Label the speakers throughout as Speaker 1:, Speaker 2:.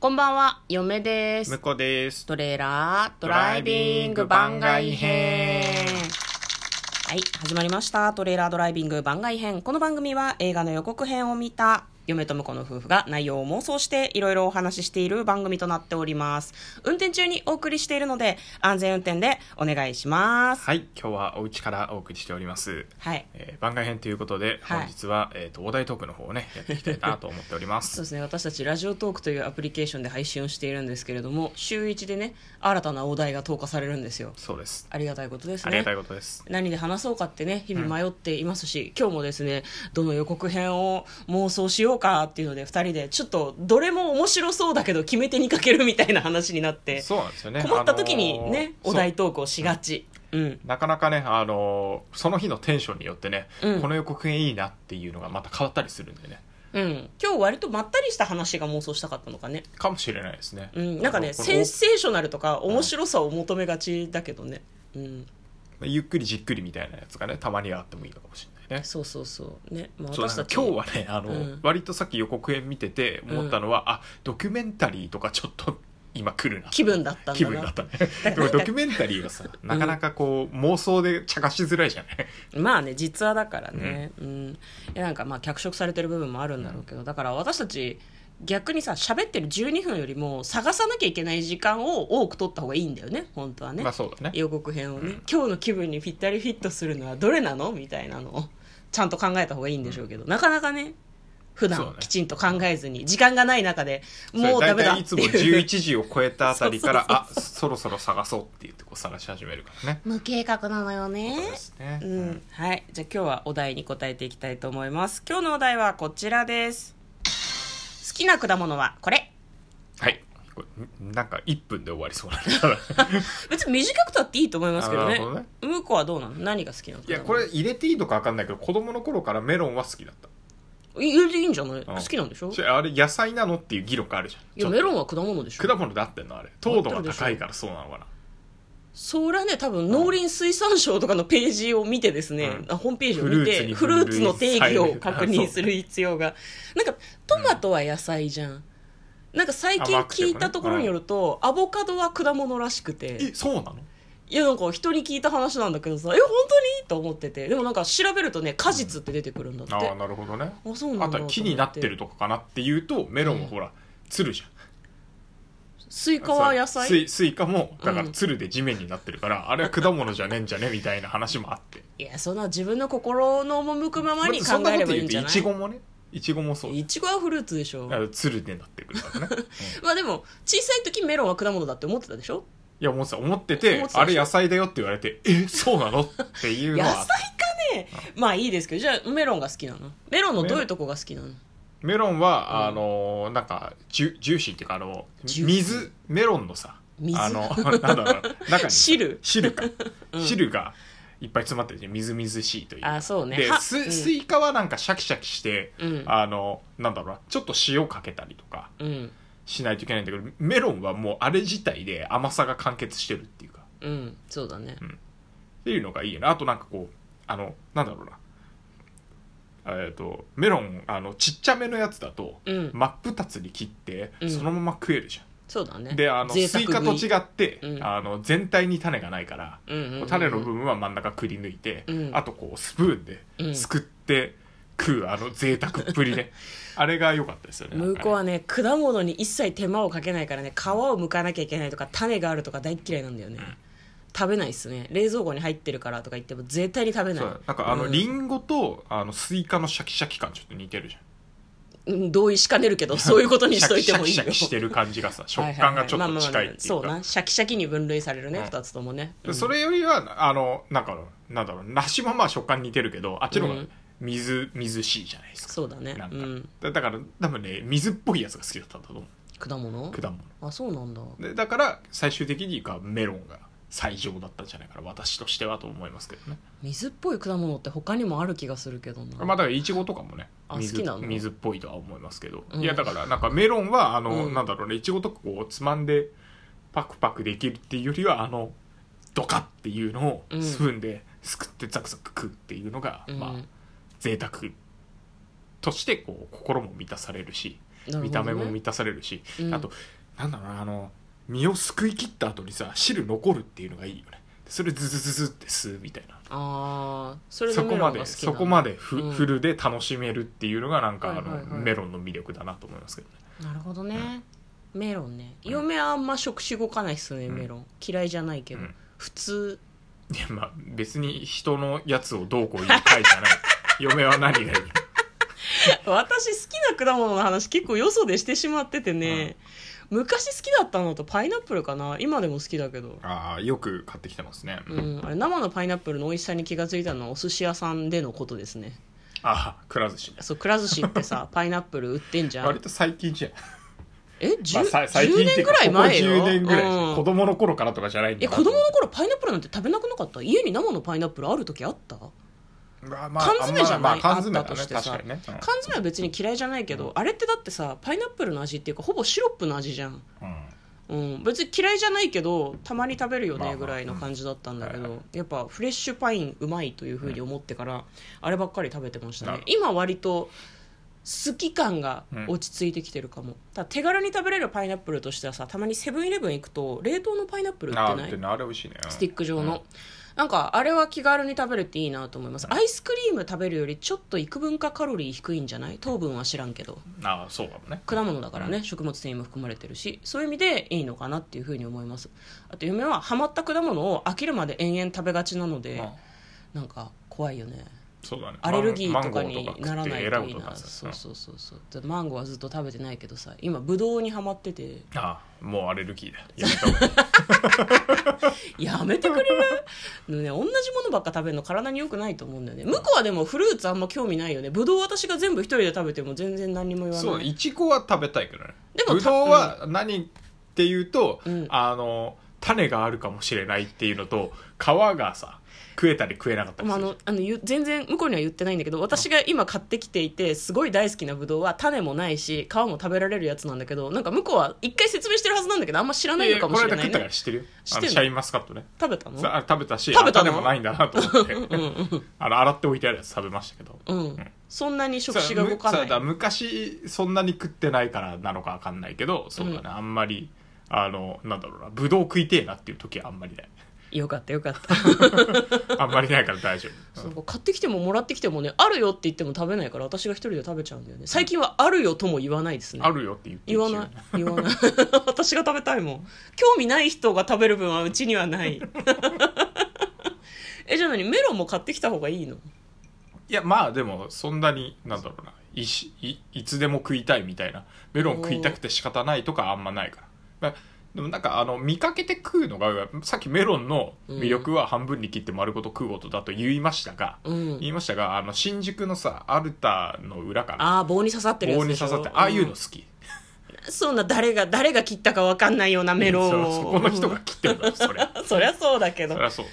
Speaker 1: こんばんは、嫁で
Speaker 2: 向
Speaker 1: す。
Speaker 2: こうです。
Speaker 1: トレーラードライビング番外編。はい、始まりました。トレーラードライビング番外編。この番組は映画の予告編を見た嫁と婿の夫婦が内容を妄想していろいろお話ししている番組となっております。運転中にお送りしているので安全運転でお願いします。
Speaker 2: はい、今日はお家からお送りしております。
Speaker 1: はい。
Speaker 2: えー番外編ということで、
Speaker 1: はい
Speaker 2: 本日は、えっ、と、お題トークの方をね、やっていきたいなと思っておりま
Speaker 1: そ
Speaker 2: す
Speaker 1: う。ですね私たちラジオトークというアプリケーションで配信をしているんですけれども週1でね新たなお題が投下されるんですよ
Speaker 2: そうです。
Speaker 1: ありがたいことです
Speaker 2: あ
Speaker 1: ね
Speaker 2: りがたいことです。
Speaker 1: 何で話そうかってね日々迷っていますし、今日もですねどの予告編を妄想しようかっていうので2人でちょっとどれも面白そうだけど決め手にかけるみたいな話になって、
Speaker 2: そうなんですよね。
Speaker 1: 困った時に
Speaker 2: あのー
Speaker 1: ね、
Speaker 2: そう
Speaker 1: お題トークをしがち。うん
Speaker 2: なかなかね、あのーその日のテンションによってね、
Speaker 1: うん
Speaker 2: この予告編いいなっていうのがまた変わったりするんでね。
Speaker 1: うん、今日割とまったりした話が妄想したかったのかね、
Speaker 2: かもしれないですね。
Speaker 1: うん、なんかね
Speaker 2: あのこ
Speaker 1: センセーショナルとか面白さを求めがちだけどね、うん、
Speaker 2: のゆっくりじっくりみたいなやつがね、たまにはあってもいいのかもしれないね。
Speaker 1: そうそうそうね、まあ、
Speaker 2: そう
Speaker 1: 私
Speaker 2: なん
Speaker 1: たち
Speaker 2: か今日はねあの、
Speaker 1: うん
Speaker 2: 割とさっき予告編見てて思ったのは、あドキュメンタリーとかちょっと今来るな
Speaker 1: 気分だったんだな
Speaker 2: 気分だったね
Speaker 1: だ
Speaker 2: で
Speaker 1: から
Speaker 2: もドキュメンタリーがさなかなかこう、妄想で茶化しづらいじゃない
Speaker 1: まあね実話だからね、うんいやなんかまあ脚色されてる部分もあるんだろうけど、だから私たち逆にさ喋ってる12分よりも探さなきゃいけない時間を多く取った方がいいんだよね本当はね、
Speaker 2: まあそうだね
Speaker 1: 予告編をね、今日の気分にぴったりフィットするのはどれなのみたいなのをちゃんと考えた方がいいんでしょうけど、なかなかね普
Speaker 2: そう
Speaker 1: 段
Speaker 2: ね
Speaker 1: きちんと考えずに時間がない中でもう
Speaker 2: それ
Speaker 1: ダメだ
Speaker 2: 大体い
Speaker 1: って
Speaker 2: つも
Speaker 1: いう
Speaker 2: 11時を超えたあたりから
Speaker 1: そう
Speaker 2: あそろそろ探そうって言ってこう探し始めるからね
Speaker 1: 無計画なのよね
Speaker 2: そうですね、
Speaker 1: う
Speaker 2: うん
Speaker 1: ん、はいじゃあ今日はお題に答えていきたいと思います今日のお題はこちらです好きな果物はこれ
Speaker 2: はいこれんなんか1分で終わりそう なんだ
Speaker 1: 別に短くたっていいと思いますけど
Speaker 2: あな
Speaker 1: ね
Speaker 2: るほどね
Speaker 1: 向こうはどうなの何が好きなの
Speaker 2: いやこれ入れていいのか分かんないけど子供の頃からメロンは好きだった
Speaker 1: いいいいんじゃない
Speaker 2: ん
Speaker 1: 好きなんでしょ
Speaker 2: ちょあれ野菜なのっていう議論があるじゃん
Speaker 1: いやメロンは果物でしょ
Speaker 2: 果物で合ってんのあれ糖度が高いからそうなのかな
Speaker 1: それはね多分農林水産省とかのページを見てですね、
Speaker 2: うん
Speaker 1: あホームページを見てフ
Speaker 2: フ
Speaker 1: ル
Speaker 2: ル
Speaker 1: ー
Speaker 2: ー
Speaker 1: ツ
Speaker 2: ツ
Speaker 1: の
Speaker 2: に
Speaker 1: 定
Speaker 2: 分類
Speaker 1: 義を
Speaker 2: され
Speaker 1: 確
Speaker 2: る
Speaker 1: 認する必要がなんかトマトは野菜じゃん、なんか最近
Speaker 2: 甘くても
Speaker 1: 聞
Speaker 2: ね
Speaker 1: いたところによると、アボカドは果物らしくて
Speaker 2: えそうなの
Speaker 1: いやなんか人に聞いた話なんだけどさえ本当にと思っててでもなんか調べるとね果実って出てくるんだって、
Speaker 2: ああ
Speaker 1: あ
Speaker 2: なるほどね
Speaker 1: そうな
Speaker 2: あ
Speaker 1: んだ
Speaker 2: とは木になってるとかかなっていうとメロンはほら、つるじゃん
Speaker 1: スイカは野菜
Speaker 2: スイスイカもだか
Speaker 1: う
Speaker 2: ら
Speaker 1: ん
Speaker 2: つるで地面になってるから、あれは果物じゃねえんじゃねみたいな話もあって
Speaker 1: いやそんな自分の心の赴くままに
Speaker 2: まあ
Speaker 1: 考
Speaker 2: そんな
Speaker 1: え
Speaker 2: こ
Speaker 1: れ
Speaker 2: と
Speaker 1: ばいいん
Speaker 2: 言う
Speaker 1: じ
Speaker 2: と
Speaker 1: ゃ
Speaker 2: い
Speaker 1: ない
Speaker 2: ちごもねいちごもそう
Speaker 1: いちごはフルーツでしょ
Speaker 2: だからつるでなってくるからね、うんい
Speaker 1: まあでも小さい時メロンは果物だって思ってたでしょ
Speaker 2: や思ってた思ってて
Speaker 1: 思ってたでしょ
Speaker 2: あれ野菜だよって言われてえそうなのっていう
Speaker 1: 野
Speaker 2: の
Speaker 1: 菜
Speaker 2: はあ
Speaker 1: か
Speaker 2: った
Speaker 1: ねまあいいですけどじゃあメロンが好きなのメロンのどういうとこが好きなの
Speaker 2: メロンは、
Speaker 1: うん
Speaker 2: あのなんかジュジューシーっていうかあの
Speaker 1: ジューシー
Speaker 2: 水メロンのさ
Speaker 1: 水
Speaker 2: あの なんだろう中に
Speaker 1: 汁
Speaker 2: 汁か、
Speaker 1: うん
Speaker 2: 汁がいっぱい詰まってるじゃんみずみずしいという
Speaker 1: あそうね
Speaker 2: で
Speaker 1: は
Speaker 2: ス,、
Speaker 1: うん
Speaker 2: スイカはなんかシャキシャキして、
Speaker 1: うん
Speaker 2: あのなんだろうなちょっと塩かけたりとか
Speaker 1: うん
Speaker 2: しないといけないんだけどメロンはもうあれ自体で甘さが完結してるっていうか
Speaker 1: うんそうだね
Speaker 2: っていうのがいいよねあとなんかこうあのなんだろうなえっとメロンあのちっちゃめのやつだと、
Speaker 1: うん
Speaker 2: 真っ二つに切って、
Speaker 1: うん
Speaker 2: そのまま食えるじゃ
Speaker 1: そうだね
Speaker 2: んであの
Speaker 1: 贅
Speaker 2: ス
Speaker 1: 沢
Speaker 2: イカと
Speaker 1: 食い
Speaker 2: 違って、
Speaker 1: うん
Speaker 2: あの全体に種がないから、
Speaker 1: うんうんうんうん
Speaker 2: 種の部分は真ん中くり抜いて、
Speaker 1: うん
Speaker 2: あとこうスプーン
Speaker 1: うん
Speaker 2: ですくって食うあの贅沢っぷ りねあれが良かったですよねなん
Speaker 1: 向
Speaker 2: かね
Speaker 1: こうはね果物に一切手間をかけないからね皮を剥かなきゃいけないとか種があるとか大っ嫌いなんだよね、食べないっすね冷蔵庫に入ってるからとか言っても絶対に食べない
Speaker 2: そうなんかあの、
Speaker 1: うん
Speaker 2: リンゴとあのスイカのシャキシャキ感ちょっと似てるじゃん
Speaker 1: うん同意しかねるけどそういうことにしといてもいい
Speaker 2: シ
Speaker 1: よ
Speaker 2: ャキシャキシャキしてる感じがさ食感がちょっと近いっていう
Speaker 1: はははまあまあまあそう
Speaker 2: か
Speaker 1: なシャキシャキに分類されるね、
Speaker 2: うん
Speaker 1: 二つともね、
Speaker 2: でそれよりはあのなんかなんだろう梨もまあ食感似てるけどあっちの方が
Speaker 1: うん
Speaker 2: みずみずしいじゃないですか
Speaker 1: そうだね
Speaker 2: なん
Speaker 1: う
Speaker 2: か、
Speaker 1: ん
Speaker 2: だだから多分ね水っぽいやつが好きだったんだと思う
Speaker 1: 果物
Speaker 2: 果物
Speaker 1: あそうなんだ
Speaker 2: でだから最終的にかメロンが最上だったんじゃないかな私としてはと思いますけどね、
Speaker 1: 水っぽい果物って他にもある気がするけどな、
Speaker 2: まあだからいちごとかもね
Speaker 1: あ
Speaker 2: 水
Speaker 1: 好きなの
Speaker 2: 水っぽいとは思いますけど、
Speaker 1: うん
Speaker 2: いやだからなんかメロンはあの、
Speaker 1: うん
Speaker 2: なんだろうねいちごとかこうつまんでパクパクできるっていうよりはあのドカッっていうのを
Speaker 1: うん
Speaker 2: スプーンですくってザクザク食うっていうのが、
Speaker 1: うん
Speaker 2: まあ贅沢としてこう心も満たされるし
Speaker 1: なるほどね
Speaker 2: 見た目も満たされるし、
Speaker 1: うん
Speaker 2: あとなんだろうなあの身をすくい切った後にさ汁残るっていうのがいいよねそれズズズズって吸うみたいな
Speaker 1: ああそれで
Speaker 2: そこ
Speaker 1: メロ
Speaker 2: ま
Speaker 1: ンが
Speaker 2: で
Speaker 1: 好き
Speaker 2: そこま
Speaker 1: で
Speaker 2: でフ,、
Speaker 1: うん
Speaker 2: フルで楽しめるっていうのがなんか、
Speaker 1: はいはいはい
Speaker 2: あのメロンの魅力だなと思いますけどね
Speaker 1: なるほどね、メロンね
Speaker 2: うん
Speaker 1: 嫁はあんま食種動かないっすね、
Speaker 2: うん
Speaker 1: メロン嫌いじゃないけど、
Speaker 2: うん
Speaker 1: 普通
Speaker 2: いやまあ別に人のやつをどうこう言いたいじゃない 嫁は何がいい
Speaker 1: 私好きな果物の話結構よそでしてしまっててね、昔好きだったのとパイナップルかな今でも好きだけど
Speaker 2: ああよく買ってきてますね、
Speaker 1: うん、あれ生のパイナップルの美味しさに気がついたのはお寿司屋さんでのことですね
Speaker 2: ああくら寿司ね
Speaker 1: そうくら寿司って さパイナップル売ってんじゃん
Speaker 2: 割と最近じゃん、
Speaker 1: え
Speaker 2: まあ
Speaker 1: 10,、
Speaker 2: さ
Speaker 1: 10
Speaker 2: って
Speaker 1: 年
Speaker 2: うか
Speaker 1: ぐらい前
Speaker 2: こ
Speaker 1: よ
Speaker 2: こ10年ぐらいです、
Speaker 1: うん
Speaker 2: 子供の頃からとかじゃないんだ
Speaker 1: え
Speaker 2: な
Speaker 1: 子供の頃パイナップルなんて食べなくなかった家に生のパイナップルある時あった
Speaker 2: まあまあ
Speaker 1: 缶詰じゃない
Speaker 2: まあまあ缶詰だ
Speaker 1: あったと
Speaker 2: ね
Speaker 1: してさ
Speaker 2: 確かにね、うん
Speaker 1: 缶詰は別に嫌いじゃないけど、あれってだってさパイナップルの味っていうかほぼシロップの味じゃん、
Speaker 2: うん
Speaker 1: うん、別に嫌いじゃないけどたまに食べるよ
Speaker 2: まあま
Speaker 1: ね
Speaker 2: あ
Speaker 1: ぐらいの感じだったんだけど、
Speaker 2: うんはいは
Speaker 1: やっぱフレッシュパインうまいというふうに思ってから、あればっかり食べてました
Speaker 2: な
Speaker 1: ね
Speaker 2: るほ
Speaker 1: 今割と好き感が落ち着いてきてるかも、ただ手軽に食べれるパイナップルとしてはさたまにセブンイレブン行くと冷凍のパイナップル売っ
Speaker 2: あ
Speaker 1: て
Speaker 2: あ
Speaker 1: な
Speaker 2: っ
Speaker 1: い
Speaker 2: てねあれ美味しいね
Speaker 1: スティック状の、なんかあれは気軽に食べるっていいなと思いますアイスクリーム食べるよりちょっと幾分かカロリー低いんじゃない糖分は知らんけど
Speaker 2: うんああそうかもね
Speaker 1: 果物だからね、食物繊維も含まれてるしそういう意味でいいのかなっていうふうに思いますあと嫁はハマった果物を飽きるまで延々食べがちなので、
Speaker 2: うん
Speaker 1: なんか怖いよね
Speaker 2: そうだね
Speaker 1: アレルギーとか
Speaker 2: マン
Speaker 1: に
Speaker 2: ゴー
Speaker 1: ならない
Speaker 2: 食ってえら
Speaker 1: と
Speaker 2: い
Speaker 1: いい
Speaker 2: こと
Speaker 1: な
Speaker 2: になって
Speaker 1: そうそうそうそうでマンゴーはずっと食べてないけどさ今ブドウにハマってて
Speaker 2: うんああもうアレルギーだやめた方がいい
Speaker 1: やめてくれるね同じものばっか食べるの体に良くないと思うんだよね向こうはでもフルーツあんま興味ないよねぶどう私が全部一人で食べても全然何にも言わ
Speaker 2: そう
Speaker 1: ない
Speaker 2: いちごは食べたいけどね
Speaker 1: でも
Speaker 2: ぶどうは何っていうと、
Speaker 1: うん
Speaker 2: あの種があるかもしれないっていうのと皮がさ食えたり食えなかったり
Speaker 1: まあ、
Speaker 2: す
Speaker 1: あ
Speaker 2: るじゃん
Speaker 1: のあのゆ全然向こうには言ってないんだけど私が今買ってきていてすごい大好きなぶどうは種もないし皮も食べられるやつなんだけどなんか向こうは一回説明してるはずなんだけどあんま知らないのかもしれ
Speaker 2: いやいや
Speaker 1: な
Speaker 2: この間食
Speaker 1: い
Speaker 2: ったから
Speaker 1: ね
Speaker 2: 知ってるよ
Speaker 1: 知って
Speaker 2: あの
Speaker 1: んの
Speaker 2: シャインマスカットね
Speaker 1: 食べたの
Speaker 2: さあ食べたし
Speaker 1: 食べたの
Speaker 2: あ種もないんだなと思って あの洗っておいてあるやつ食べましたけど
Speaker 1: うん、そんなに食事が動か
Speaker 2: さ
Speaker 1: な
Speaker 2: あだ
Speaker 1: い
Speaker 2: 昔そんなに食ってないからなのかわかんないけどそうだね、
Speaker 1: うん
Speaker 2: あんまりあのなんだろうなぶどう食いてえなっていう時はあんまりない
Speaker 1: よかったよかった
Speaker 2: あんまりないから大丈夫
Speaker 1: そう買ってきてももらってきてもねあるよって言っても食べないから私が一人で食べちゃうんだよね最近はあるよとも言わないですね
Speaker 2: あるよって言って
Speaker 1: 言
Speaker 2: る
Speaker 1: わ
Speaker 2: し
Speaker 1: ない言わない 私が食べたいもん興味ない人が食べる分はうちにはない えじゃあ何メロンも買ってきた方がいいの
Speaker 2: いやまあでもそんなになんだろうないしいいつでも食いたいみたいなメロン食いたくて仕方ないとかあんまないから、まあ、でもなんかあの見かけて食うのがさっきメロンの魅力は半分に切って丸ごと食うことだと言いましたが、
Speaker 1: うん
Speaker 2: 言いましたがあの新宿のさアルタの裏から
Speaker 1: ああ棒に刺さってるや
Speaker 2: 棒
Speaker 1: つで
Speaker 2: に
Speaker 1: しょ
Speaker 2: 刺さってああいうの好
Speaker 1: ん
Speaker 2: き、
Speaker 1: そんな誰が誰が切ったか分かんないようなメロンを
Speaker 2: そうそこの人が切ってるからそれ
Speaker 1: うん そりゃそうだけ
Speaker 2: そ
Speaker 1: ど
Speaker 2: りゃそう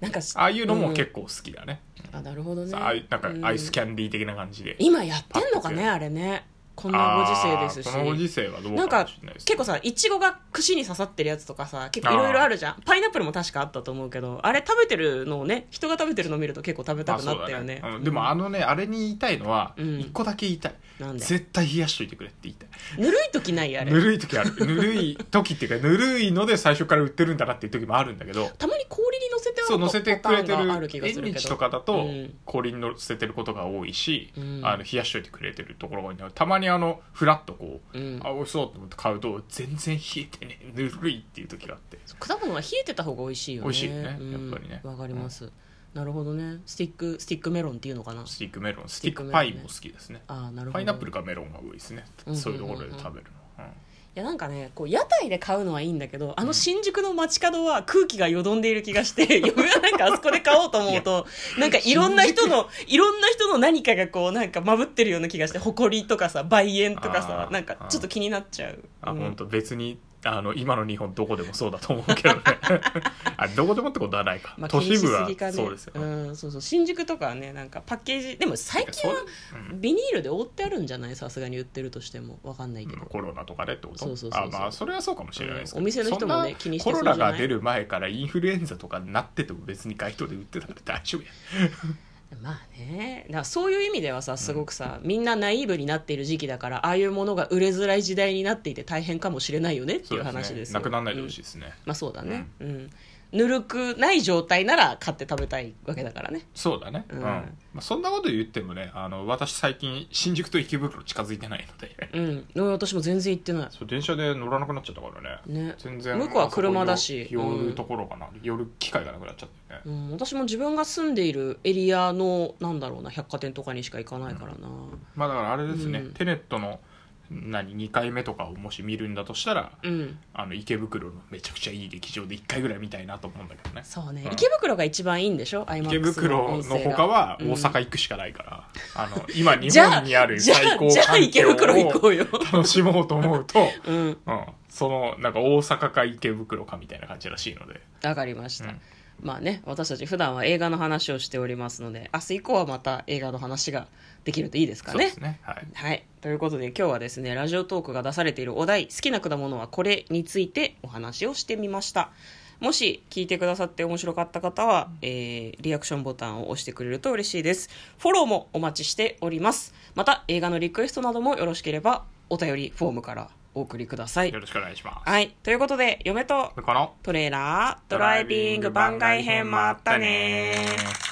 Speaker 1: なんかし
Speaker 2: ああいうのも結構好きだね、
Speaker 1: あなるほどね
Speaker 2: さああいうなんか
Speaker 1: うん
Speaker 2: アイスキャンディー的な感じで、
Speaker 1: 今やってんのか
Speaker 2: パッと
Speaker 1: ね
Speaker 2: 食う
Speaker 1: あれねこ
Speaker 2: こ
Speaker 1: んなご時世ですし
Speaker 2: このご時世はどう
Speaker 1: なんか
Speaker 2: かもしれないです
Speaker 1: 結構さいちごが串に刺さってるやつとかさ結構いろいろあるじゃんパイナップルも確かあったと思うけどあれ食べてるのをね人が食べてるのを見ると結構食べたくなったよね
Speaker 2: まあそうだうんでもあのね、あれに言いたいのは、
Speaker 1: うん
Speaker 2: 一個だけ言いたい
Speaker 1: なんで
Speaker 2: 絶対冷やしといてくれって言いたい
Speaker 1: ぬるい時ないあれ
Speaker 2: ぬるい時あるぬるい時っていうかぬるいので最初から売ってるんだなっていう時もあるんだけど
Speaker 1: たまに氷に乗せてあ
Speaker 2: そう乗せて
Speaker 1: る
Speaker 2: く
Speaker 1: パタ
Speaker 2: れ
Speaker 1: ー
Speaker 2: て
Speaker 1: ンがあ
Speaker 2: る
Speaker 1: る気がす
Speaker 2: 縁
Speaker 1: るけ
Speaker 2: 日と
Speaker 1: ど
Speaker 2: かだ
Speaker 1: う
Speaker 2: と
Speaker 1: ん
Speaker 2: 氷に乗せてることが多いし、
Speaker 1: うん
Speaker 2: あの冷やしといてくれてるところが多いんだけどたまにあのフラッとこう、
Speaker 1: うん
Speaker 2: あ美味しそうと思って買うと全然冷えてねぬるいっていう時があって
Speaker 1: 果物は冷えてた方が美味しいよね
Speaker 2: 美味しいよね
Speaker 1: うん
Speaker 2: やっぱりね
Speaker 1: わかりますなるほどねスティックスティックメロンっていうのかな
Speaker 2: スティックメロンス
Speaker 1: ティッ
Speaker 2: ティッ
Speaker 1: ク
Speaker 2: ク
Speaker 1: メロン
Speaker 2: パ
Speaker 1: ね
Speaker 2: インも好きですね
Speaker 1: あーなるほど
Speaker 2: パイナップルかメロンが多いですね、
Speaker 1: うんうんうんうん
Speaker 2: そういうところで食べるの、うん
Speaker 1: いやなんかねこう屋台で買うのはいいんだけどあの新宿の街角は空気がよどんでいる気が して嫁はなんかあそこで買おうと思うとなんかいろんな人のいろんな人の何かがこうなんかまぶってるような気がして埃とかさ梅園とかさ
Speaker 2: あー
Speaker 1: なんかちょっと気になっちゃう
Speaker 2: あ、
Speaker 1: うん
Speaker 2: 本当別にあの今の日本どこでもそうだと思うけ どねあどこでもってことはないか、
Speaker 1: まあ、
Speaker 2: 都市部は
Speaker 1: 気にしすぎかね
Speaker 2: そうですよ、
Speaker 1: うん、そうそう新宿とかはねなんかパッケージでも最近は
Speaker 2: てかそううん
Speaker 1: ビニールで覆ってあるんじゃないさすがに売ってるとしてもわかんないけど、
Speaker 2: コロナとかでってこと
Speaker 1: そうそうそうそう
Speaker 2: あまあそれはそうかもしれないですけど、
Speaker 1: うんお店の人もね
Speaker 2: そんな
Speaker 1: 気にしてそう
Speaker 2: コ
Speaker 1: じゃな
Speaker 2: ロ
Speaker 1: い
Speaker 2: ナが出る前からインフルエンザとかになってても別に街頭で売ってたから大丈夫や
Speaker 1: まあねだからそういう意味ではさすごくさ、みんなナイーブになっている時期だからああいうものが売れづらい時代になっていて大変かもしれないよねっていう話ですよ
Speaker 2: なくならないでほ
Speaker 1: うん
Speaker 2: しいですね、
Speaker 1: まあそうだね、うんぬるくない状態なら買って食べたいわけだからね
Speaker 2: そうだね、
Speaker 1: う
Speaker 2: うんんまあ、そんなこと言ってもねあの私最近新宿と池袋近づいてないので
Speaker 1: うんうん私も全然行ってない
Speaker 2: そう電車で乗らなくなっちゃったからね
Speaker 1: ね
Speaker 2: 全然
Speaker 1: 向こうは車だし
Speaker 2: あそこ寄寄るところかな、寄る機会がなくなっちゃってね
Speaker 1: うん、私も自分が住んでいるエリアのなんだろうな百貨店とかにしか行かないからな、
Speaker 2: まあだからあれですね、
Speaker 1: うん
Speaker 2: テネットの何2回目とかをもし見るんだとしたら、
Speaker 1: うん、
Speaker 2: あの池袋のめちゃくちゃいい劇場で1回ぐらい見たいなと思うんだけどね
Speaker 1: そうね、
Speaker 2: うん
Speaker 1: 池袋が一番いいんでしょ IMAX の
Speaker 2: 池袋の他は大阪行くしかないから、あの今日
Speaker 1: じゃあ
Speaker 2: 本にある
Speaker 1: じゃ
Speaker 2: 最
Speaker 1: あ
Speaker 2: 高
Speaker 1: じゃあ
Speaker 2: 環
Speaker 1: 池
Speaker 2: 境
Speaker 1: 袋行こ
Speaker 2: を
Speaker 1: うよ
Speaker 2: 楽しもうと思うと、
Speaker 1: うん
Speaker 2: うん、そのなんか大阪か池袋かみたいな感じらしいので
Speaker 1: わかりました、
Speaker 2: うん
Speaker 1: まあね私たち普段は映画の話をしておりますので明日以降はまた映画の話ができるといいですか
Speaker 2: そうで
Speaker 1: ね
Speaker 2: すねはい
Speaker 1: はいということで今日はですねラジオトークが出されているお題「好きな果物はこれ」についてお話をしてみましたもし聞いてくださって面白かった方は、えーリアクションボタンを押してくれると嬉しいですフォローもお待ちしておりますまた映画のリクエストなどもよろしければお便りフォームからお送りください
Speaker 2: よろしくお願いします、
Speaker 1: はいということで嫁と
Speaker 2: この
Speaker 1: トレーラードライビング番外編もあったねー。